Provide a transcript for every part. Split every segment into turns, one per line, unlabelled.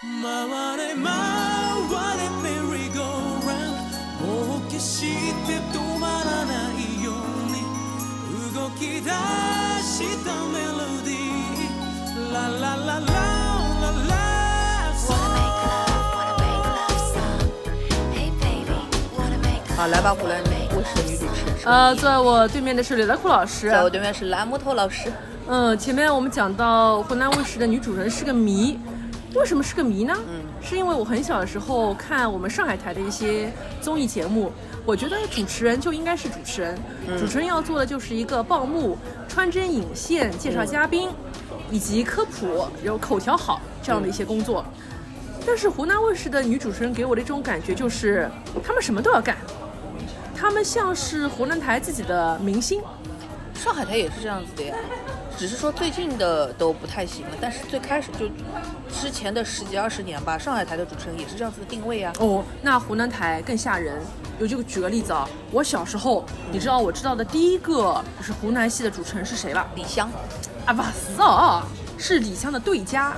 回れ回れメリーゴーランドもう決して止まらないように動き出したメロディーララララララ
Wanna make love, wanna make love song. Hey baby, wanna make
好，来吧，胡兰，我是女主持人。呃
呃，坐在我对面的是刘大库老师。
在我对面是蓝木头老师，
嗯，前面我们讲到湖南卫视的女主人是个谜，为什么是个谜呢？嗯，是因为我很小的时候看我们上海台的一些综艺节目，我觉得主持人就应该是主持人，
嗯
主持人要做的就是一个报幕、穿针引线、介绍嘉宾，以及科普，然后口条好这样的一些工作。但是湖南卫视的女主持人给我的一种感觉就是，她们什么都要干，她们像是湖南台自己的明星。
上海台也是这样子的呀，只是说最近的都不太行了，但是最开始就之前的十几二十年吧，上海台的主持人也是这样子的定位啊。
哦，那湖南台更吓人。我就举个例子啊，我小时候，你知道我知道的第一个就是湖南系的主持人是谁吧？
李湘，
啊，不是哦，是李湘的对家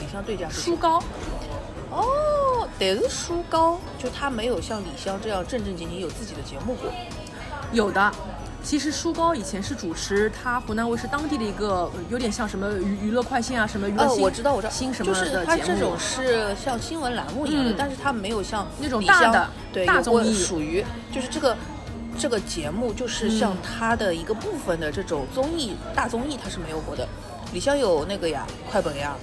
李湘对家是
舒高。
哦，但是舒高就他没有像李湘这样正正经经有自己的节目过。
有的，其实舒高以前是主持他湖南卫视当地的一个，呃有点像什么娱娱乐快讯啊，什么娱乐
呃，
新、
我知道，我知道，
新什么
就
的节
是
目。
他这种是像新闻栏目一样的，
嗯
但是他没有像
那种
李
大
湘
的
对
大
有过
综艺
属于就是这个这个节目就是
嗯
像他的一个部分的这种综艺大综艺，他是没有过的。李湘有那个呀，快本呀，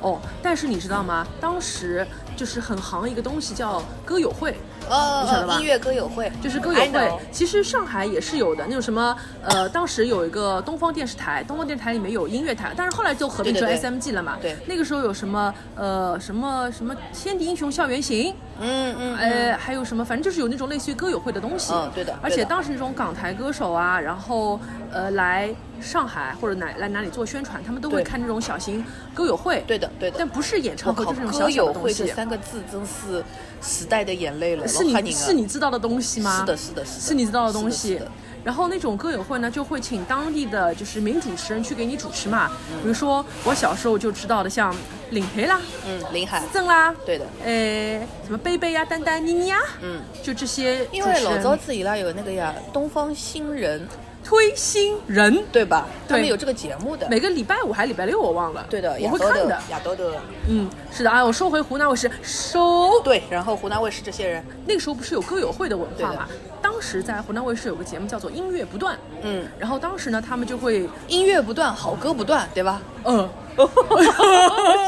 哦，但是你知道吗？当时就是很行一个东西叫歌友会。你晓得
呃，
吧
音乐歌友会
哦就是歌友
I know
会，其实上海也是有的，那种什么，呃，当时有一个东方电视台，东方电视台里面有音乐台，但是后来就合并
对
成
对对
SMG 了嘛。
对
那个时候有什么，呃，什么什么《天敌英雄校园行》，
嗯嗯，
呃，还有什么，反正就是有那种类似于歌友会的东西。
嗯对的
而
对
且
的
当时那种港台歌手啊，然后呃来上海或者哪来哪里做宣传，他们都
对
会看这种小型歌友会。
对的对的
但不是演唱
我
会，
靠，
就是那种
歌
小小
友
的东
会这
西。
三个字真是时代的眼泪了，
是
老吓
你
人
是
了
你知道的东西吗？
是的是的是的
是你知道的
是
东西
的是的。
然后那种歌友会呢，就会请当地的就是名主持人去给你主持嘛。比如说我小时候就知道的，像领培啦、
嗯，林海，
郑啦，
对的
呃，什么贝贝呀、丹丹、妮妮呀，
嗯，
就这些主持人。
因为老早子以来有那个呀，东方新人
推新人，
对吧？他们
对
有这个节目的，
每个礼拜五还是礼拜六我忘了。
对的，
我
亚
会
多
看
的
的。，
亚多的，
嗯，是的啊，我说回湖南卫视，收
对。然后湖南卫视这些人，
那个时候不是有歌友会的文化嘛
对？
当时在湖南卫视有个节目叫做《音乐不断》，
嗯，
然后当时呢，他们就会，
音乐不断，好歌不断，对吧？
嗯，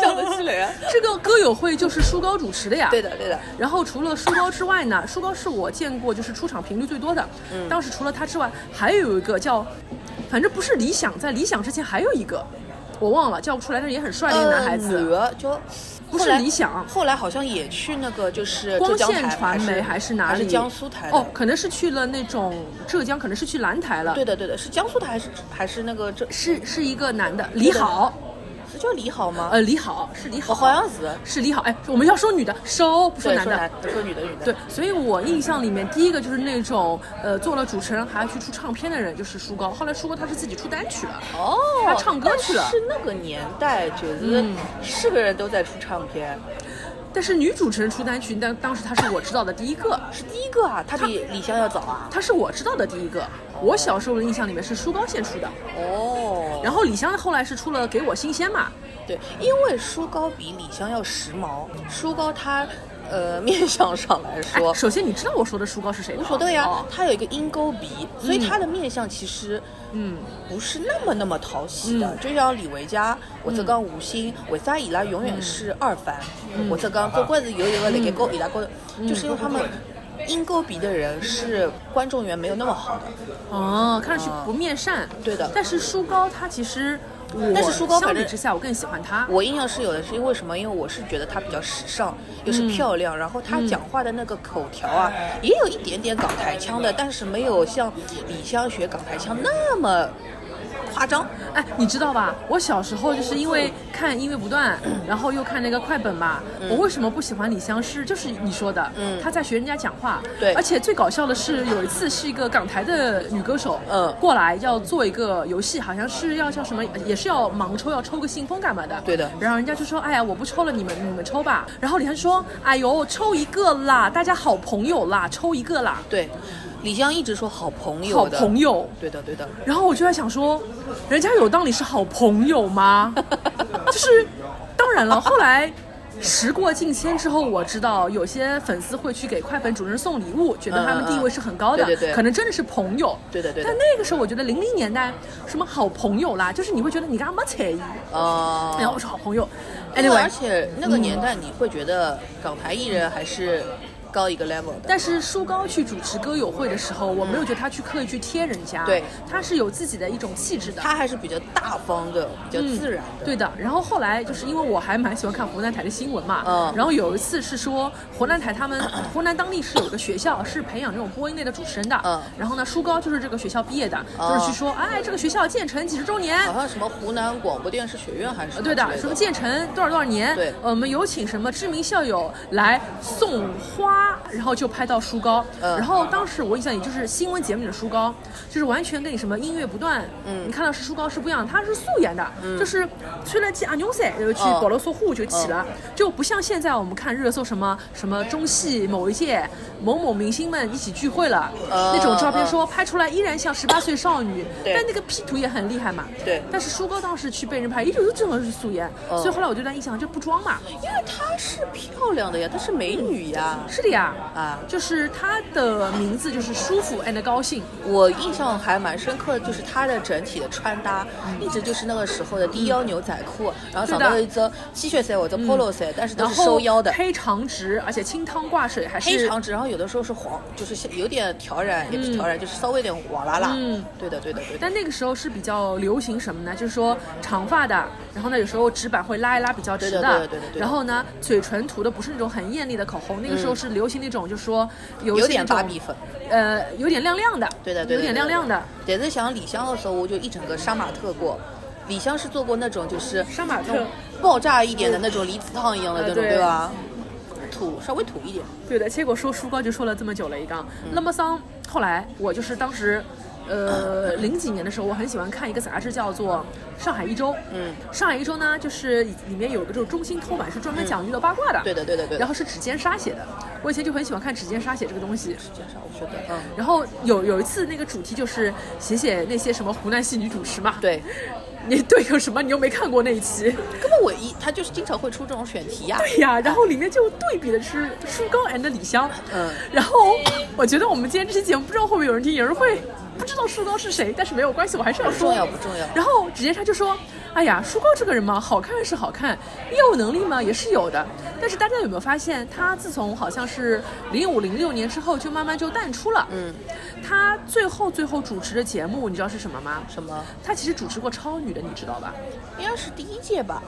笑得起来啊！
这个歌友会就是舒高主持的呀。
对。的， 对的，
然后除了舒高之外呢，舒高是我见过就是出场频率最多的。嗯。当时除了他之外，还有一个叫，反正不是理想，在理想之前还有一个，我忘了叫不出来，但是也很帅的一个男孩
呃女
子。
儿就
不是
后来
理想
后来好像也去那个就是
光
浙江
线
台
传媒还是哪
还
里？
是江苏台的
哦，可能是去了那种浙江，可能是去兰台了。
对，的，对的，是江苏台还是还是那个这
是是一个男的，李好，
是叫李好吗？
呃，李好是李好，
哦，好像是，
是李好。哎，我们要说女的，收不说
对，
男
说
的
男。，说女的，女的，
对，，所以我印象里面第一个就是那种呃做了主持人还要去出唱片的人，就是舒高。后来舒高他是自己出单曲了，
哦，
他唱歌去了
但是那个年代，就是
嗯
是个人都在出唱片，
但是女主持人出单曲，但当时她是我知道的第一个，
是第一个啊，他比李湘要早啊。
她是我知道的第一个。我小时候的印象里面是舒高先出的，
哦，
然后李湘后来是出了《给我新鲜》嘛，
对，因为舒高比李湘要时髦，舒高他呃面相上来
哎
说，
首先你知道我说的舒高是谁的
无
啊？
所谓呀
哦，
他有一个鹰钩鼻，所以
嗯
他的面相其实
嗯，
不是那么那么讨喜的
嗯。
就像李维嘉、我这刚吴昕、韦萨伊拉永远是二番，
嗯
我这刚都怪是有一个那个高伊拉高的，就是因为他们。鹰钩鼻的人是观众缘没有那么好的，
哦，看上去不面善，
哦对的
但是舒高他其实我，
但是舒高
相
反
比
正
之下，我更喜欢他。
我印象是有的，是因为什么？因为我是觉得她比较时尚，又是漂亮，
嗯
然后她讲话的那个口条啊，也有一点点港台腔的，但是没有像李湘学港台腔那么夸张。
哎，你知道吧？我小时候就是因为看音乐 不断，然后又看那个快本嘛。
嗯
我为什么不喜欢李相诗？就是你说的，她在学人家讲话。
对
而且最搞笑的是，有一次是一个港台的女歌手，
嗯
过来要做一个游戏，好像是要叫什么，也是要盲抽，要抽个信封干嘛的。
对的
然后人家就说：“哎呀，我不抽了，你们你们抽吧。”然后李安说：“哎呦，抽一个啦，大家好朋友啦，抽一个啦，
对，李湘一直说好朋
好
友的，
朋友。”
对的对的，
然后我就在想说，人家有当你是好朋 友吗？就是，当然了，后来。时过境迁之后，我知道有些粉丝会去给快本主任送礼物，觉得他们地位是很高
嗯
的，
嗯嗯对对对
可能真的是朋友。
对的对的
但那个时候，我觉得零零年代什么好朋友啦，就是你会觉得你跟他没才艺，
呃，
然后哎我是好朋友。
哎对
Anyway，嗯
而且那个年代你会觉得港台艺人还是高一个 level 的，
但是舒高去主持歌友会的时候，我没有觉得他去刻意去贴人家，
对，
他是有自己的一种气质的。
他还是比较大方的，比
嗯
较自然的。
对的，然后后来就是因为我还蛮喜欢看湖南台的新闻嘛，
嗯
然后有一次是说湖南台他们 湖南当地是有一个学校是培养这种播音类的主持人的，
嗯
然后呢，舒高就是这个学校毕业的，
哦
就是去说，哎，这个学校建成几十周年。
好像什么湖南广播电视学院还是什
呃
么
对
之
的，
类
什么建成多少多少年？
对
呃我们有请什么知名校友来送花，然后就拍到舒高。
嗯
然后当时我印象里就是新闻节目里的舒高，就是完全跟你什么音乐不断，嗯，你看到是舒高是不一样，他是素颜的，
嗯
就是吹了记阿牛塞，然呃后去
哦
保罗索户就起
嗯
了，就不像现在我们看热搜什么什么中戏某一届某某明星们一起聚会了，
嗯
那种照片
嗯
说拍出来依然像十八岁少女，
对
但那个 P 图也很厉害嘛，
对
但是舒高当时去被人拍，哎一直都正好是素颜，
嗯
所以后来我就在一想，这不装嘛？
因为她是漂亮的呀，她是美
嗯
女呀。
是的呀，
啊
就是他的名字就是舒服 and 高兴，
我印象还蛮深刻的，就是她的整体的穿搭，
嗯
一直就是那个时候的低腰牛仔裤，然后上头有一只 T 恤衫或者 polo 衫，但是都
嗯然
是
后
收腰的，
黑长直，而且清汤挂水，还是
黑长直，然后有的时候是黄，就是有点挑染，也不是挑染，就是稍微有点瓦拉拉。
嗯，
对的，对的，对的。
但那个时候是比较流行什么呢？就是说长发的，然后呢有时候直板会拉一拉比较直
对的对的对的对的嗯
然后呢嘴唇涂的不是那种很艳丽的口红，那个时候是流行那种就是说有一些
有点
那种
芭比粉，
呃，有点亮亮的，
对的，对的，
有点
对
亮
的
亮的。。
对的但是想李湘的时候，我就一整个杀马特过。李湘是做过那种就是
哦杀马特
那种爆炸一点的那种离子烫一样的那种，
呃对
对吧？土稍微土一点，
对的，结果说书高就说了这么久了，一杠。
嗯
那么桑后来我就是当时， 呃，零几年的时候，我很喜欢看一个杂志，叫做《上海一周》。
嗯，
《上海一周》呢，就是里面有一个就是中心偷版，是专门讲娱乐八卦的。
对的，对的，对的。
然后是指尖沙写的，我以前就很喜欢看指尖沙写这个东西。
介绍，我觉得，嗯，
然后有有一次那个主题就是写写那些什么湖南戏女主持嘛。，
对。
你对有什么？你又没看过那一期。
根本我一他就是经常会出这种选题呀、
对呀， 然后里面就对比的是舒高 and 李湘，
嗯
然后我觉得我们今天这期节目不知道会不会有人听，有人会不知道舒高是谁，但是没有关系，我还是要
不
说。
重要不重要
然后直接他就说：“哎呀，舒高这个人嘛，好看是好看，业务能力嘛也是有的，但是大家有没有发现，他自从好像是零五零六年之后，就慢慢就淡出了。嗯，他最后最后主持的节目，你知道是什么吗？
什么？
他其实主持过《超女》的，你知道吧？
应该是第一届吧？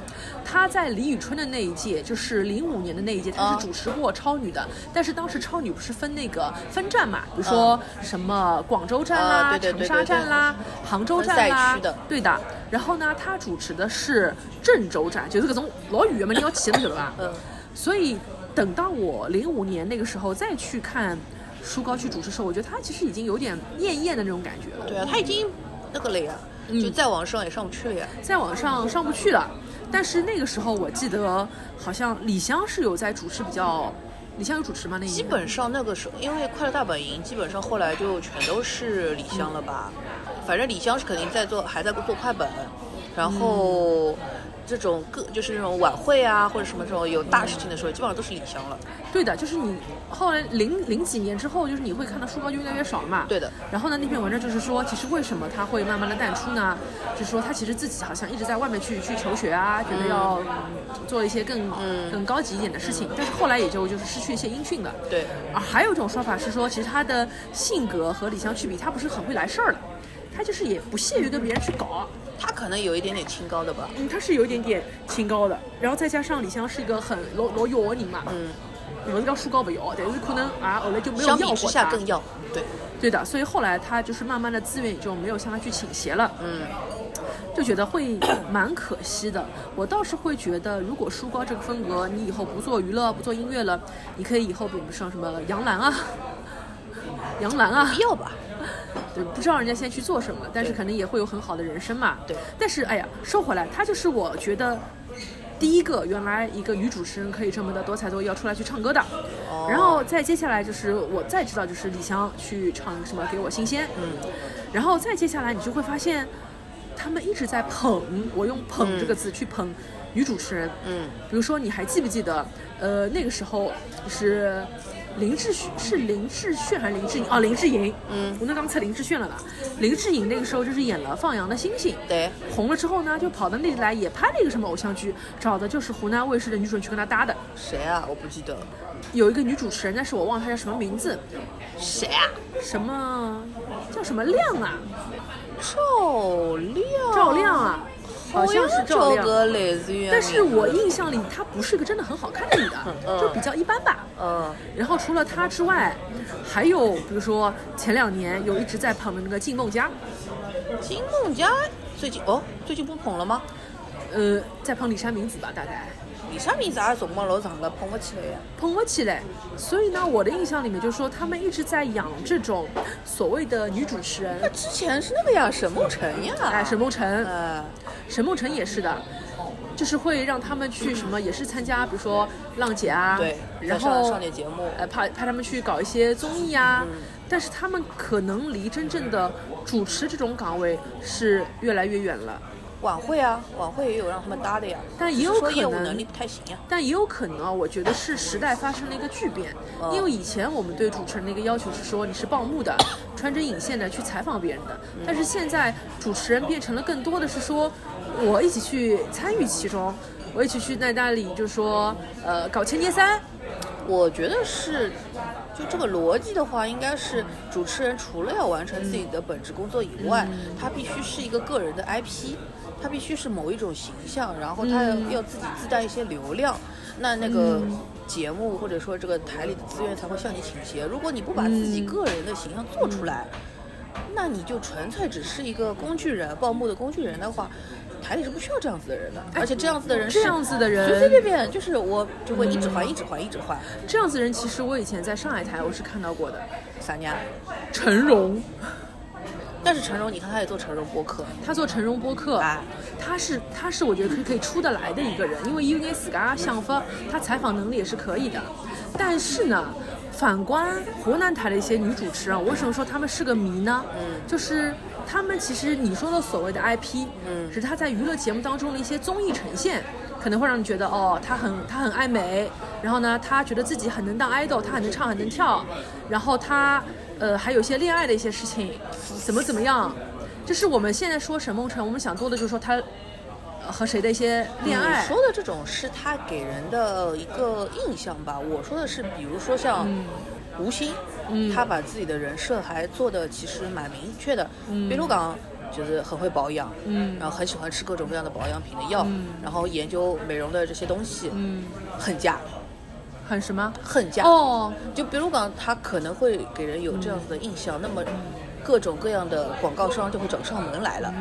他在李宇春的那一届，就是零五年的那一届，
哦
他是主持过超女的。但是当时超女不是分那个分站嘛，比如说什么广州站啦、
哦啊对对对
长沙站啦、杭州站
分赛
啦
区的，
对的。然后呢，他主持的是郑州站，就是搿种老远嘛，你要骑了晓得吧？
嗯。
所以等到我零五年那个时候再去看舒高去主持的时候，我觉得他其实已经有点艳艳的那种感觉了。
对啊，他已经那个了呀，
嗯
就再往上也上不去了呀。
再往上上不去了。但是那个时候我记得好像李湘是有在主持比较，李湘有主持吗？那一年
基本上那个时候，因为《快乐大本营》基本上后来就全都是李湘了吧？反正李湘是肯定在做，还在做快本，然后。这种各就是那种晚会啊，或者什么这种有大事情的时候，基本上都是李湘了。
对的，就是你后来零零几年之后，就是你会看到书包就越来越少了嘛。
对的。
然后呢，那篇文章就是说，其实为什么他会慢慢的淡出呢？就是说他其实自己好像一直在外面去去求学啊，觉得要、嗯做一些更、
嗯
更高级一点的事情，但是后来也就就是失去一些音讯了。
对，
啊，还有一种说法是说，其实他的性格和李湘去比，他不是很会来事儿的，他就是也不屑于跟别人去搞，
他可能有一点点清高的吧。
嗯，他是有一点点清高的，然后再加上李湘是一个很老老妖的人嘛，
嗯，
不是讲树高不妖，但是可能啊后来就没有
相
要
比
过
之下
他，
更要。对，
对的，所以后来他就是慢慢的资源也就没有向他去倾斜了，
嗯，
就觉得会蛮可惜的。我倒是会觉得，如果舒高这个风格，你以后不做娱乐、不做音乐了，你可以以后比如上什么杨澜啊、杨澜啊，
必要吧？
对，不知道人家现在去做什么，但是肯定也会有很好的人生嘛。
对
但是哎呀，说回来，他就是我觉得第一个，原来一个女主持人可以这么的多才多艺，要出来去唱歌的。
哦
然后再接下来就是我再知道就是李湘去唱什么给我新鲜，嗯，然后再接下来你就会发现，他们一直在捧，我用捧这个字去捧女主持人，
嗯，
比如说你还记不记得，呃，那个时候是林志炫是林志炫还是林志颖？哦，林志颖，嗯，我那刚才林志炫了吧？林志颖那个时候就是演了《放羊的星星》，
对，
红了之后呢，就跑到那里来也拍了一个什么偶像剧，找的就是湖南卫视的女主人去跟他搭的，
谁啊？我不记得
有一个女主持人，但是我忘了她叫什么名字，
谁啊？
什么叫什么亮啊，
赵亮，哎
赵亮，啊，好像
哦
是赵亮。
个类似于，
但是我印象里她不是一个真的很好看的女的，就比较一般吧。
嗯，
然后除了她之外，还有比如说前两年有一直在捧的那个靳梦佳，
金梦佳最近哦，最近不捧了吗？
呃，在捧李莎明子吧，大概
李莎名字也辰光老长了，捧不起来呀。
捧不起来。所以呢，我的印象里面就是说他们一直在养这种所谓的女主持人
那，啊之前是那个呀，沈梦辰呀，
哎，沈梦辰，
哎，
沈梦辰也是的，就是会让他们去什么，也是参加，比如说浪姐啊，
对，在
然
上
后
上点节嗯目，
呃，派派他们去搞一些综艺啊。但是他们可能离真正的主持这种岗位是越来越远了，
晚会啊，晚会也有让他们搭的呀，
但也有
只是说
可
业务
能
能力不太行呀。
但也有可能啊，我觉得是时代发生了一个巨变，
嗯
因为以前我们对主持人的一个要求是说你是报幕的，穿着引线的去采访别人的，但是现在主持人变成了更多的是说我一起去参与其中，我一起去在那里就是说呃搞千叠三，
我觉得是，就这个逻辑的话，应该是主持人除了要完成自己的本职工作以外，
嗯
他必须是一个个人的 IP，他必须是某一种形象，然
嗯
后他要要自己自带一些流量，那那个。
嗯
节目或者说这个台里的资源才会向你倾斜。如果你不把自
嗯
己个人的形象做出来，那你就纯粹只是一个工具人、报幕的工具人的话，台里是不需要这样子的人的。而且这样子的人是
哎这样子的人
随随便便就是我就会一直还、一直还、一直还。
这样子的人其实我以前在上海台我是看到过的，
三年，
陈荣，
但是陈荣，你看他也做陈荣播客，
他做陈荣播客，
哎
他是他是我觉得可以可以出得来的一个人，因为因为自家想法，他采访能力也是可以的。但是呢，反观湖南台的一些女主持人，我为什么说她们是个谜呢？嗯，就是她们其实你说的所谓的 IP，嗯，是她在娱乐节目当中的一些综艺呈现。可能会让你觉得哦，她很她很爱美，然后呢，她觉得自己很能当 idol，她很能唱，很能跳，然后她呃还有一些恋爱的一些事情，怎么怎么样，这是我们现在说沈梦辰，我们想多的就是说她呃和谁的一些恋爱
你。嗯说的这种是他给人的一个印象吧？我说的是，比如说像
嗯
吴昕，他把自己的人设还做的其实蛮明确的，比如讲。就是很会保养，
嗯
然后很喜欢吃各种各样的保养品的药，然后研究美容的这些东西，嗯，恨嫁，
很什么？
恨嫁，
哦，
就比如讲，他可能会给人有这样子的印象，那么各种各样的广告商就会找上门来了。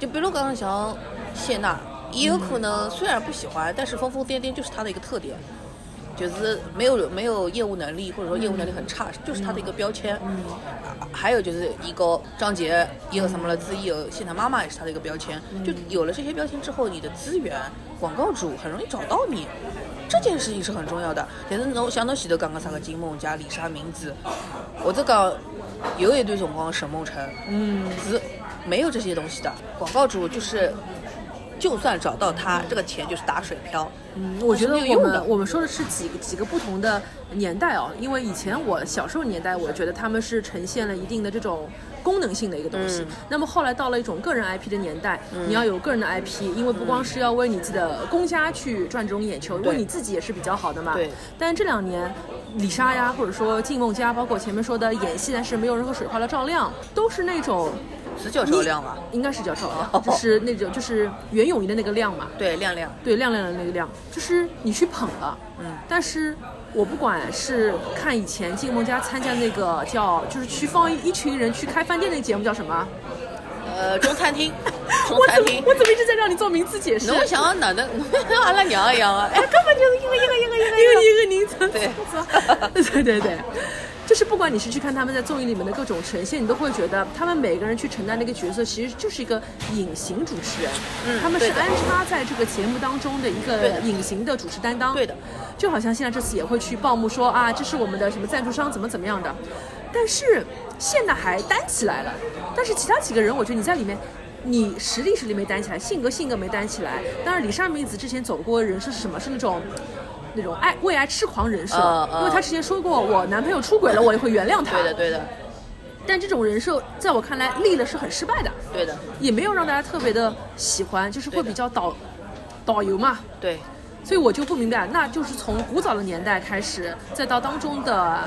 就比如讲像谢娜，也有可能虽然不喜欢，但是疯疯癫癫就是她的一个特点，就是没有没有业务能力，或者说业务能力很差，
嗯
就是她的一个标签。啊还有就是一个张杰，也有什么了，自己有谢娜妈妈也是她的一个标签。
嗯
就有了这些标签之后，你的资源广告主很容易找到你。这件事情是很重要的。但是侬像侬前头讲个啥个金梦佳、李莎明子，或者讲有一段辰光沈梦辰，嗯，是没有这些东西的。广告主就是，就算找到他，这个钱就是打水漂。
嗯，我觉得
它是没有
我
用的
们我们说的是几个几个不同的年代哦，因为以前我小时候年代，我觉得他们是呈现了一定的这种功能性的一个东西。
嗯
那么后来到了一种个人 IP 的年代，你要有个人的 IP，因为不光是要为你自己的公家去赚这种眼球，
嗯对
为你自己也是比较好的嘛。
对
但这两年，李莎呀，或者说靳梦佳，包括前面说的演戏，但啊是没有任何水花的赵亮，都是那种
是叫赵亮吧？
应该是叫 赵亮，就是那种就是袁咏仪的那个亮嘛。
对，亮亮。
对亮亮的那个亮，就是你去捧了，
嗯
但是我不管是看以前靳梦佳参加那个叫，就是去放一一群人去开饭店那个节目叫什么？
呃，中餐 厅，中
我怎
餐
么
厅。
我怎么一直在让你做名词解释？
侬想要 哪能？阿拉娘一样啊！哎，
根本就是一个一个一个一个一个一个
对
名 词，对对对。就是不管你是去看他们在综艺里面的各种呈现，你都会觉得他们每个人去承担的一个角色，其实就是一个隐形主持人，
嗯
他们是
对的
安插在这个节目当中的一
对
个
的
隐形的主持担当。
对的，
就好像现在这次也会去报幕说啊，这是我们的什么赞助商怎么怎么样的，但是现在还担起来了，但是其他几个人，我觉得你在里面。你实力实力没担起来，性格性格没担起来。当然，李莎梅子之前走过的人设是什么？是那种，那种爱为爱痴狂人设。
嗯嗯
因为她之前说过，我男朋友出轨了，我也会原谅他。
对的，对的，
但这种人设在我看来立了是很失败的，
对的，
也没有让大家特别的喜欢，就是会
对的
比较导导游嘛，
对，
所以我就不明白，那就是从古早的年代开始，再到当中的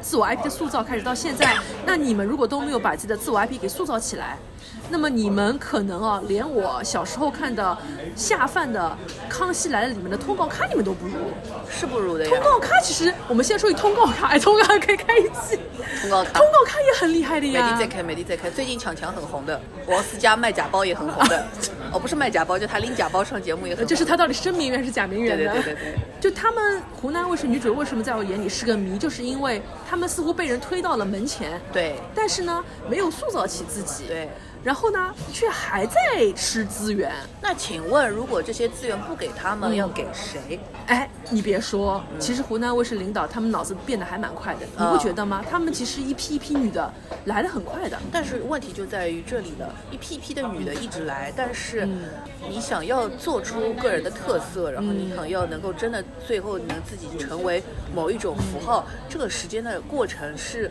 自我 IP 的塑造开始到现在，那你们如果都没有把自己的自我 IP 给塑造起来，那么你们可能啊，连我小时候看的下饭的《康熙来了》里面的通告咖你们都不如。
是不如的呀
通。告咖其实我们现在说起通告咖，哎，通告咖可以开一期，
通告咖
通告咖也很厉害的
美的
呀
在。开，美的在开。最近强强很红的，王思佳卖假包也很红 的。哦，不是卖假包，就她拎假包上节目也很
呃
红。
就是他到底是真名媛还是假名媛
对
呢？
对对对对
就他们湖南卫视女主为什么在我眼里是个谜，就是因为他们似乎被人推到了门前，
对
但是呢，没有塑造起自己，
对。
然后呢，却还在吃资源。
那请问，如果这些资源不给他
嗯
们，要给谁？
哎，你别说，其实湖南卫视领导他们脑子变得还蛮快的，你不
嗯
觉得吗？他们其实一批一批女的来的很快的，
但是问题就在于这里了，一批批的女的一直来，但是你想要做出个人的特色，然后你想要能够真的最后能自己成为某一种符号，这个时间的过程是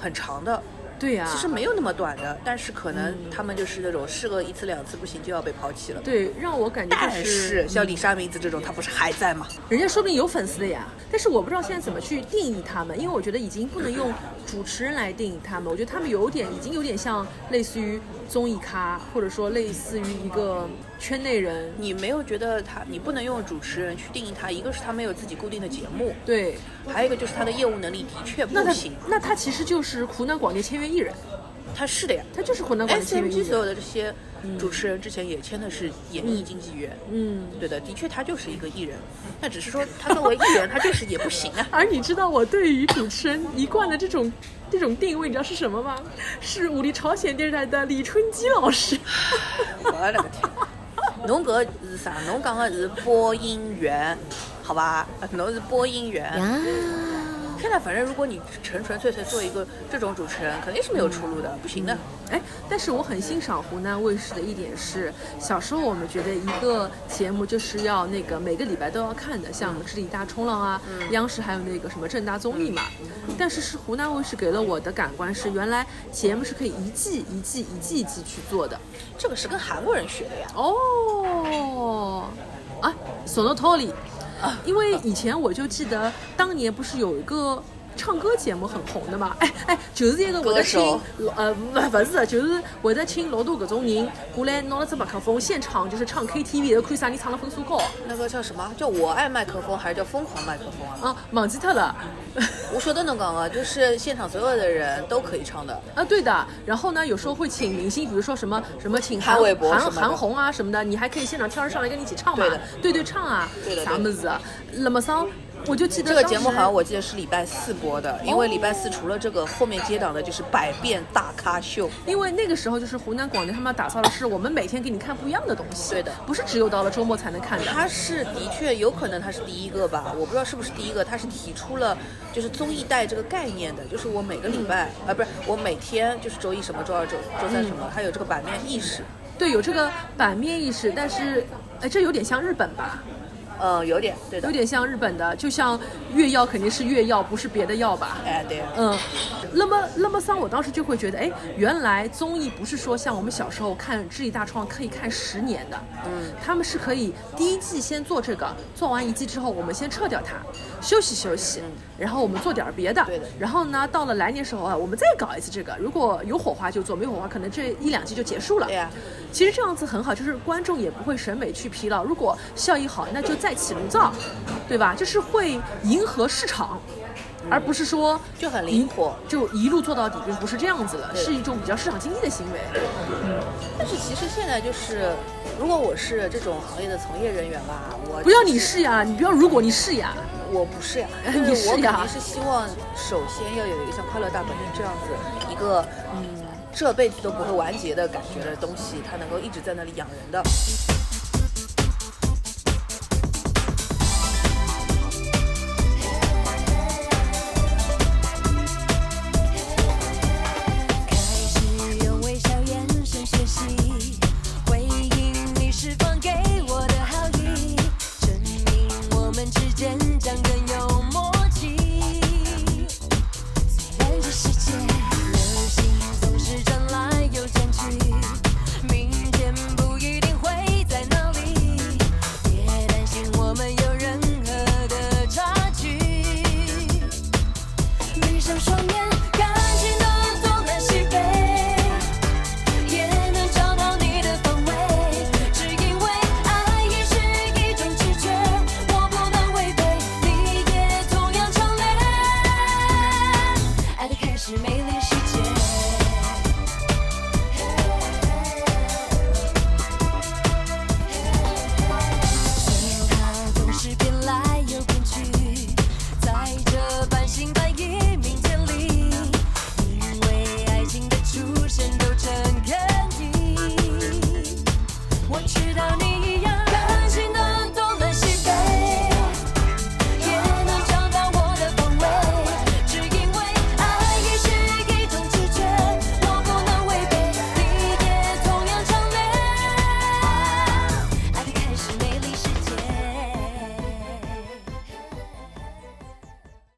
很长的。
对呀、
其实没有那么短的，但是可能他们就是那种试个一次两次不行就要被抛弃了。
对，让我感觉就
但是像李莎梅子这种，她不是还在吗？
人家说不定有粉丝的呀，但是我不知道现在怎么去定义他们，因为我觉得已经不能用主持人来定义他们，我觉得他们有点已经有点像类似于综艺咖，或者说类似于一个圈内人。
你没有觉得她，你不能用主持人去定义她，一个是她没有自己固定的节目，
对，
还有一个就是她的业务能力的确
那
不
他
行。
那他其实就是湖南广电签约艺人，
她是的呀
他就是湖南广电签约艺
，SMG 所有的
人。
这些主持人之前也签的是演艺经纪人，
嗯，
对的，的确她就是一个艺人，那只是说她作为艺人，她就是也不行啊。
而你知道我对于主持人一贯的这种这种定位，你知道是什么吗？是武力朝鲜电视台的李春基老师。
我勒个天！侬搿是啥？侬讲的是播音员，好吧？侬是播音员。现在反正如果你纯纯粹粹做一个这种主持人，肯定是没有出路的，不行的。
哎，但是我很欣赏湖南卫视的一点是，小时候我们觉得一个节目就是要那个每个礼拜都要看的，像智力大冲浪啊，央视还有那个什么正大综艺嘛。但是是湖南卫视给了我的感官是，原来节目是可以一季一季一季一季去做的。
这个是跟韩国人学的呀。
哦，啊，索诺托里，因为以前我就记得当年不是有一个。唱歌节目很红的嘛，哎哎，就是这个我在听
歌手，
呃，不不是，就是会得请老多搿种人过来拿了只麦克风，现场就是唱 KTV 的，看啥人唱了分数高
那个叫什么？叫我爱麦克风还是叫疯狂麦克风啊？
啊，忘记掉了。
我说的侬讲啊，就是现场所有的人都可以唱的。
啊，对的。然后呢，有时候会请明星，比如说什么什么请
潘玮柏
韩
什么的
韩红啊什么的，你还可以现场挑人上来跟你一起唱嘛，
对的
对对唱啊，
对的对的
啥么子啊？那么桑，我就记得
这个
当
节目
时
好像我记得是礼拜四播的，因为礼拜四除了这个，后面接档的就是百变大咖秀。
因为那个时候就是湖南广电他们打造的是我们每天给你看不一样的东西，
对的
不是只有到了周末才能看的。
他是的确有可能他是第一个吧，我不知道是不是第一个，他是提出了就是综艺带这个概念的，就是我每个礼拜、啊不是我每天就是周一什么周二周周三什么，
嗯
他有这个版面意识，
对，有这个版面意识，但是，哎，这有点像日本吧？
呃有点对的，
有点像日本的，就像越药肯定是越药，不是别的药吧？
哎对，
嗯，那么那么桑，我当时就会觉得，哎，原来综艺不是说像我们小时候看《智力大创》可以看十年的，嗯，他们是可以第一季先做这个，做完一季之后，我们先撤掉它，休息休息，然后我们做点儿别的，
嗯对的
然后呢，到了来年时候啊，我们再搞一次这个，如果有火花就做，没有火花可能这一两季就结束了。
对呀
其实这样子很好，就是观众也不会审美去疲劳。如果效益好，那就再起炉灶，对吧？就是会迎合市场。而不是说
就很灵活
一就一路做到底，并不是这样子的，
对
是一种比较市场经济的行为。
但是其实现在就是，如果我是这种行业的从业人员吧，我
不要
就
你
是
是呀，你不要如果你是呀，
我不 是呀，
哎
就
你
是我
是
肯
呀
定是希望首先要有一个像《快乐大本营》这样子一个嗯这辈子都不会完结的感觉的东西，它能够一直在那里养人的。